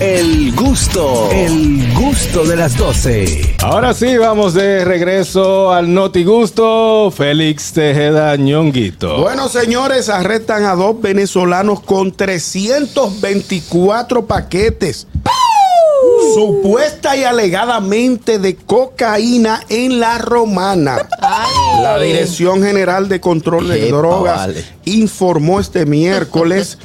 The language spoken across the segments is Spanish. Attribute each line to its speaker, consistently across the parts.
Speaker 1: El gusto, el gusto de las 12.
Speaker 2: Ahora sí, vamos de regreso al Noti Gusto. Félix Tejeda Ñonguito.
Speaker 3: Bueno, señores, arrestan a dos venezolanos con 324 paquetes. Supuesta y alegadamente de cocaína en la romana. La Dirección General de Control de
Speaker 4: Epa,
Speaker 3: Drogas
Speaker 4: vale.
Speaker 3: informó este miércoles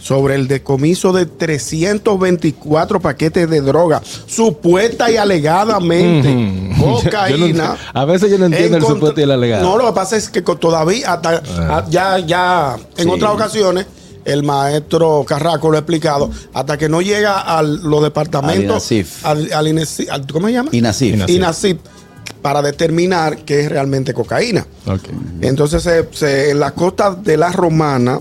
Speaker 3: sobre el decomiso de 324 paquetes de droga, supuesta y alegadamente
Speaker 2: Yo- yo no
Speaker 3: cocaína.
Speaker 2: enti- a veces yo no entiendo el
Speaker 3: Encontr-
Speaker 2: supuesto y el alegado. Ah.
Speaker 3: No, lo que pasa es que co- todavía, hasta, a- ya, ya, en
Speaker 4: Sí.
Speaker 3: otras ocasiones, el maestro Carraco lo ha explicado, hasta que no llega a los departamentos,
Speaker 4: Al
Speaker 3: al,
Speaker 4: INASIF.
Speaker 3: al INESI- al- ¿cómo se llama?
Speaker 4: Inasif.
Speaker 2: Inasif.
Speaker 3: INASIP, para determinar que es realmente cocaína.
Speaker 2: Ok.
Speaker 3: Entonces, se- se- en la costa de la Romana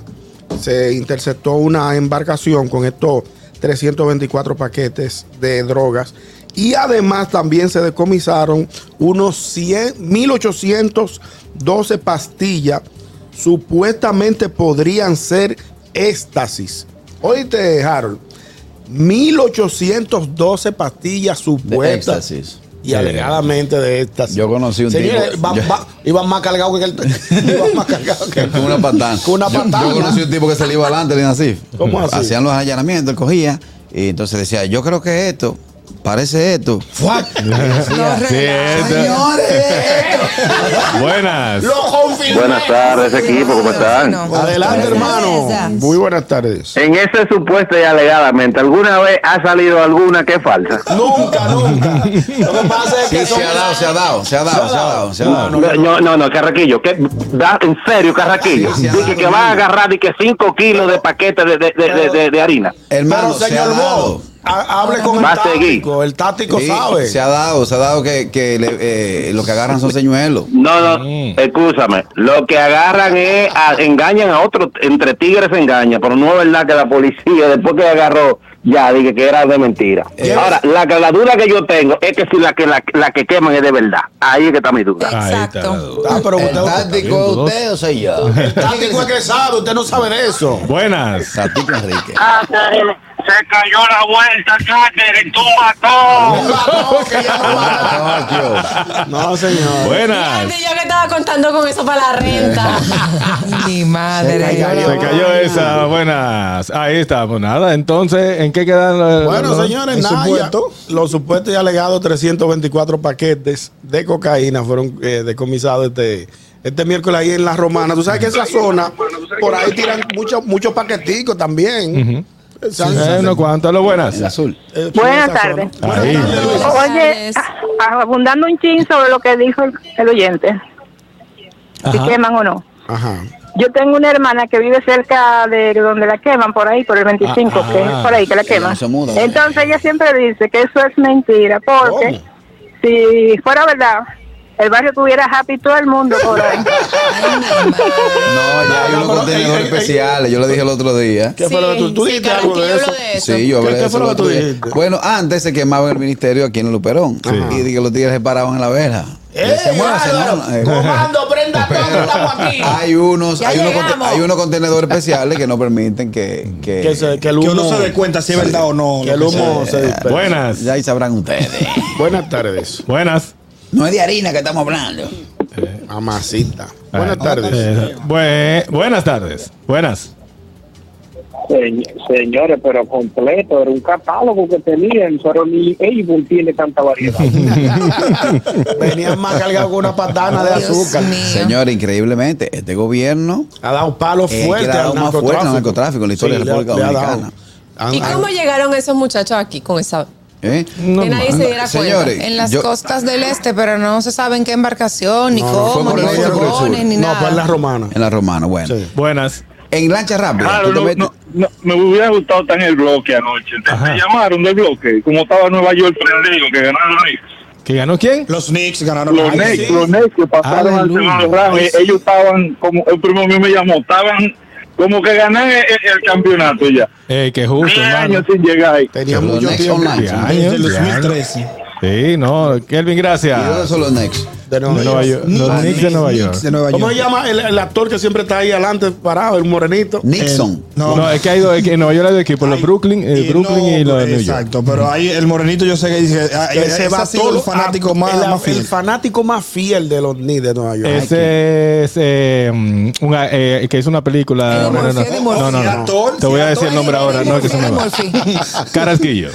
Speaker 3: se interceptó una embarcación con estos 324 paquetes de drogas y además también se decomisaron unos 100, 1812 pastillas supuestamente podrían ser éxtasis. Oíste, Harold, 1812 pastillas
Speaker 4: De
Speaker 3: supuestas
Speaker 4: éxtasis.
Speaker 3: y alegadamente de estas.
Speaker 4: Yo conocí un
Speaker 3: Señores,
Speaker 4: tipo-
Speaker 3: Iban,
Speaker 4: yo-
Speaker 3: va- iban más cargados que el. iban más cargados que
Speaker 4: Con una patana.
Speaker 3: Con una
Speaker 4: Yo-
Speaker 3: patana.
Speaker 4: Yo, conocí un tipo que se le iba adelante, Lina Sif.
Speaker 3: ¿Cómo así?
Speaker 4: Hacían los allanamientos, él cogía. Y entonces decía, yo creo que esto, parece esto.
Speaker 3: ¡Fuac!
Speaker 2: Sí, esto- Buenas.
Speaker 3: ¡Lo confirmé!
Speaker 5: Buenas tardes, equipo, ¿cómo están?
Speaker 3: Adelante,
Speaker 6: Buenas
Speaker 3: hermano. Eh,
Speaker 6: tardes.
Speaker 3: Muy buenas tardes.
Speaker 5: En ese supuesto y alegadamente, ¿alguna vez ha salido alguna que es falsa?
Speaker 3: Nunca, nunca. Lo que pasa es
Speaker 4: Sí,
Speaker 3: que
Speaker 4: se ha dado, se ha dado, se ha dado, se ha dado, se ha dado.
Speaker 5: No, no, no, no, Carraquillo, ¿qué? Da- ¿en serio, Carraquillo?
Speaker 4: Sí, sí,
Speaker 5: Dice
Speaker 4: sí,
Speaker 5: que va a agarrar y que 5 kilos de paquete de, de, de- de- de- de harina.
Speaker 4: Hermano,
Speaker 3: Pero,
Speaker 4: se ha
Speaker 3: señor
Speaker 4: dado.
Speaker 3: Bo, ha- hable con
Speaker 5: Va
Speaker 3: el
Speaker 5: a seguir.
Speaker 3: táctico. El táctico
Speaker 4: Sí,
Speaker 3: sabe.
Speaker 4: Se ha dado, se ha dado que, que le- eh, lo que agarran son señuelos.
Speaker 5: No, no, escúchame, lo que agarran es, a- engañan a otros, entre tigres se engañan, pero no es verdad que la policía, después que agarró, ya dije que era de mentira.
Speaker 4: Eh.
Speaker 5: Ahora, la, que- la duda que yo tengo es que si la que, la, la que queman es de verdad, ahí es que está mi duda.
Speaker 6: Exacto.
Speaker 2: la duda.
Speaker 3: Ah, pero
Speaker 4: El
Speaker 3: usted,
Speaker 4: táctico
Speaker 2: bien,
Speaker 4: usted o soy yo. El
Speaker 3: táctico es que sabe, usted no sabe de eso.
Speaker 2: Buenas.
Speaker 4: Táctico Enrique.
Speaker 5: Se cayó la vuelta, Cáceres, tú mató.
Speaker 3: No, que ya no va. No, señor.
Speaker 2: Buenas.
Speaker 6: Fíjate, yo que estaba contando con eso para la renta. Mi madre.
Speaker 3: Se cayó.
Speaker 2: Se cayó esa. Buenas. Ahí estamos. Nada. Entonces, ¿en qué quedan los-
Speaker 3: Bueno,
Speaker 2: los-
Speaker 3: señores,
Speaker 2: el
Speaker 3: nada,
Speaker 2: supuesto?
Speaker 3: ya los supuestos y alegados 324 paquetes de cocaína fueron eh, decomisados este, este miércoles ahí en La Romana. Tú sabes que esa zona, por ahí tiran muchos muchos paqueticos también. Eh, se han-
Speaker 2: Eh, no, ¿cuánto? Lo buenas.
Speaker 4: El azul.
Speaker 3: eh,
Speaker 7: Buenas
Speaker 3: esa zona.
Speaker 7: tardes.
Speaker 3: Buenas
Speaker 2: Ahí.
Speaker 3: tardes, Luis.
Speaker 6: Buenas
Speaker 7: Oye,
Speaker 6: tardes.
Speaker 7: a- a- abundando un chin sobre lo que dijo el, el oyente, si queman o no.
Speaker 3: Ajá.
Speaker 7: Yo tengo una hermana que vive cerca de donde la queman, por ahí, por el 25,
Speaker 2: Ah,
Speaker 7: que es
Speaker 2: ah,
Speaker 7: por ahí que la queman.
Speaker 4: no se muda.
Speaker 7: Entonces ella siempre dice que eso es mentira, porque si fuera verdad, el barrio tuviera happy todo el mundo por ahí.
Speaker 6: Ay, mi madre.
Speaker 4: No, ya hay unos contenedores especiales. Yo lo dije el otro día.
Speaker 3: eh, ¿Qué fue lo que tú, tú
Speaker 6: sí,
Speaker 3: dijiste
Speaker 6: Carlos,
Speaker 3: algo
Speaker 6: que
Speaker 3: de
Speaker 6: yo
Speaker 3: eso?
Speaker 6: hablo de eso.
Speaker 4: Sí, yo hablé
Speaker 3: ¿Qué-
Speaker 4: de
Speaker 3: qué
Speaker 4: eso
Speaker 3: fue lo
Speaker 4: el
Speaker 3: que tú
Speaker 4: otro día.
Speaker 3: dijiste?
Speaker 4: Bueno, antes se quemaba el ministerio aquí en el Luperón. Y dije que los tigres se paraban en la verja. Y
Speaker 3: ¡Ey,
Speaker 4: decían, bueno,
Speaker 3: Álvaro!
Speaker 4: señor, eh,
Speaker 3: Comando, prenda todo, estamos aquí.
Speaker 4: Hay unos,
Speaker 6: Ya
Speaker 4: hay unos,
Speaker 6: llegamos.
Speaker 4: conte- hay unos contenedores especiales que no permiten que, que,
Speaker 3: Que, se- que el humo,
Speaker 8: que uno se dé cuenta si es verdad o no.
Speaker 3: que el humo se dispersa.
Speaker 2: Buenas.
Speaker 4: ya ahí sabrán ustedes.
Speaker 3: Buenas tardes,
Speaker 2: Buenas.
Speaker 4: No es de harina que estamos hablando.
Speaker 3: amacita. Buenas
Speaker 2: Ah,
Speaker 3: tardes.
Speaker 2: eh, bue- buenas tardes. Buenas.
Speaker 5: Señores, pero completo, era un catálogo que tenían, pero ni Able tiene tanta variedad.
Speaker 3: Venían más cargados con una patana de
Speaker 6: Dios
Speaker 3: azúcar.
Speaker 6: mío.
Speaker 4: Señor, increíblemente, este gobierno
Speaker 3: Ha dado palos
Speaker 4: Eh, que
Speaker 3: fuertes
Speaker 4: le ha dado
Speaker 3: al
Speaker 4: más fuerte
Speaker 3: narcotráfico.
Speaker 4: al narcotráfico en la historia de la
Speaker 3: le ha-
Speaker 4: República
Speaker 3: le ha dado.
Speaker 4: Dominicana.
Speaker 3: Han-
Speaker 6: ¿Y
Speaker 3: han-
Speaker 6: cómo llegaron esos muchachos aquí con esa?
Speaker 4: ¿eh?
Speaker 6: que nadie se diera
Speaker 4: Señores,
Speaker 6: cuenta. En las
Speaker 4: yo-
Speaker 6: costas del este, pero no se sabe en qué embarcación, ni
Speaker 3: No, no,
Speaker 4: fue
Speaker 6: cómo,
Speaker 4: por el
Speaker 6: ni los
Speaker 4: sur, por el
Speaker 6: fogones,
Speaker 4: sur.
Speaker 6: ni
Speaker 3: no,
Speaker 6: nada.
Speaker 3: fue en la romana.
Speaker 4: en la romana, bueno.
Speaker 3: Sí. Ah,
Speaker 2: Buenas.
Speaker 4: En lancha rápida.
Speaker 9: Claro,
Speaker 4: tú te
Speaker 9: no,
Speaker 4: metes-
Speaker 9: no, no, me hubiera gustado estar en el bloque anoche. Te,
Speaker 2: Ajá.
Speaker 9: te llamaron del bloque, como estaba Nueva York prendido, que ganaron los Knicks.
Speaker 2: ¿Que ganó quién?
Speaker 8: Los Knicks ganaron
Speaker 9: Los Knicks,
Speaker 8: sí.
Speaker 9: los Knicks que pasaron
Speaker 2: Aleluya.
Speaker 9: al segundo round,
Speaker 2: Ay,
Speaker 9: eh, ellos estaban, como el primo mío me llamó, estaban como que ganan el, el- el campeonato ya.
Speaker 2: Eh, que justo,
Speaker 9: Diez
Speaker 2: hermano.
Speaker 9: años sin llegar ahí.
Speaker 3: Tenía
Speaker 4: Pero
Speaker 3: mucho
Speaker 4: Next
Speaker 3: tiempo.
Speaker 4: Online.
Speaker 2: Ya,
Speaker 8: Desde
Speaker 2: ya.
Speaker 8: el 2013.
Speaker 2: Sí, no. Kelvin,
Speaker 4: ¿Y dónde
Speaker 2: gracias.
Speaker 4: son los Next?
Speaker 3: De Nueva,
Speaker 2: De Nueva
Speaker 3: York.
Speaker 2: York. Los Knicks de Nueva York.
Speaker 8: Knicks de Nueva
Speaker 3: ¿Cómo se
Speaker 8: York.
Speaker 3: llama el, el actor que siempre está ahí adelante parado, el morenito?
Speaker 4: Nixon.
Speaker 2: No, es que hay dos, es que en Nueva York hay dos equipos, los
Speaker 8: Ay,
Speaker 2: Brooklyn, eh,
Speaker 8: y
Speaker 2: Brooklyn
Speaker 8: no,
Speaker 2: y los de New York.
Speaker 8: Exacto, pero ahí el morenito yo sé que dice, ah,
Speaker 3: Que
Speaker 8: ese va
Speaker 3: va
Speaker 8: ha sido
Speaker 3: todo
Speaker 8: el fanático
Speaker 3: a-
Speaker 8: más,
Speaker 3: el,
Speaker 8: más
Speaker 3: el
Speaker 8: fiel.
Speaker 3: fanático más fiel de los Knicks de Nueva York.
Speaker 2: Ese es eh, una, eh, que hizo una película.
Speaker 6: Eddie
Speaker 2: No, no, no.
Speaker 6: Murphy, Eddie Murphy.
Speaker 2: No, no, no.
Speaker 8: Actor,
Speaker 2: Te voy a decir el nombre ahora. No, que se me va.
Speaker 6: Murphy.
Speaker 2: Carasquillo.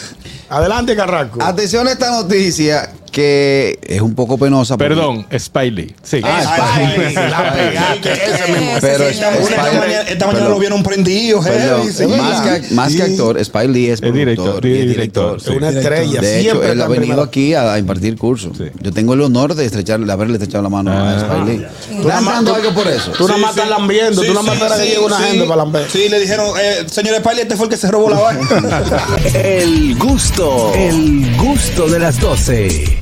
Speaker 3: Adelante, Carrasco.
Speaker 8: Ah,
Speaker 4: Atención a esta noticia que es un poco penosa. porque-
Speaker 2: Perdón, Spiley. Sí.
Speaker 4: Ah,
Speaker 8: Ay,
Speaker 4: Spidey.
Speaker 8: sí, la pegaste, ese mismo.
Speaker 6: Ese
Speaker 4: Pero
Speaker 6: señor.
Speaker 4: Spidey-
Speaker 8: Esta mañana, esta mañana
Speaker 4: Perdón.
Speaker 8: lo vieron prendido, heavy,
Speaker 4: Perdón,
Speaker 8: sí,
Speaker 4: más,
Speaker 8: ¿verdad?
Speaker 4: que, más que
Speaker 8: Sí.
Speaker 4: actor, Spike Lee es
Speaker 2: Es director,
Speaker 4: productor y es
Speaker 2: director,
Speaker 4: director.
Speaker 2: sí.
Speaker 3: Una estrella.
Speaker 4: De hecho,
Speaker 3: siempre
Speaker 4: él ha
Speaker 3: está en
Speaker 4: venido
Speaker 3: primera.
Speaker 4: aquí a, a impartir cursos.
Speaker 2: Sí.
Speaker 4: Yo tengo el honor de, estrechar, de haberle estrechado la mano a Spike Lee. ¿Le han dado algo por eso?
Speaker 3: Tú nada más estás lambiendo, tú nada más esperas que llegue una gente para lamber.
Speaker 8: Sí, le dijeron, eh, señor Spiley, este fue el que se robó la vaina.
Speaker 1: El gusto, el gusto de las 12.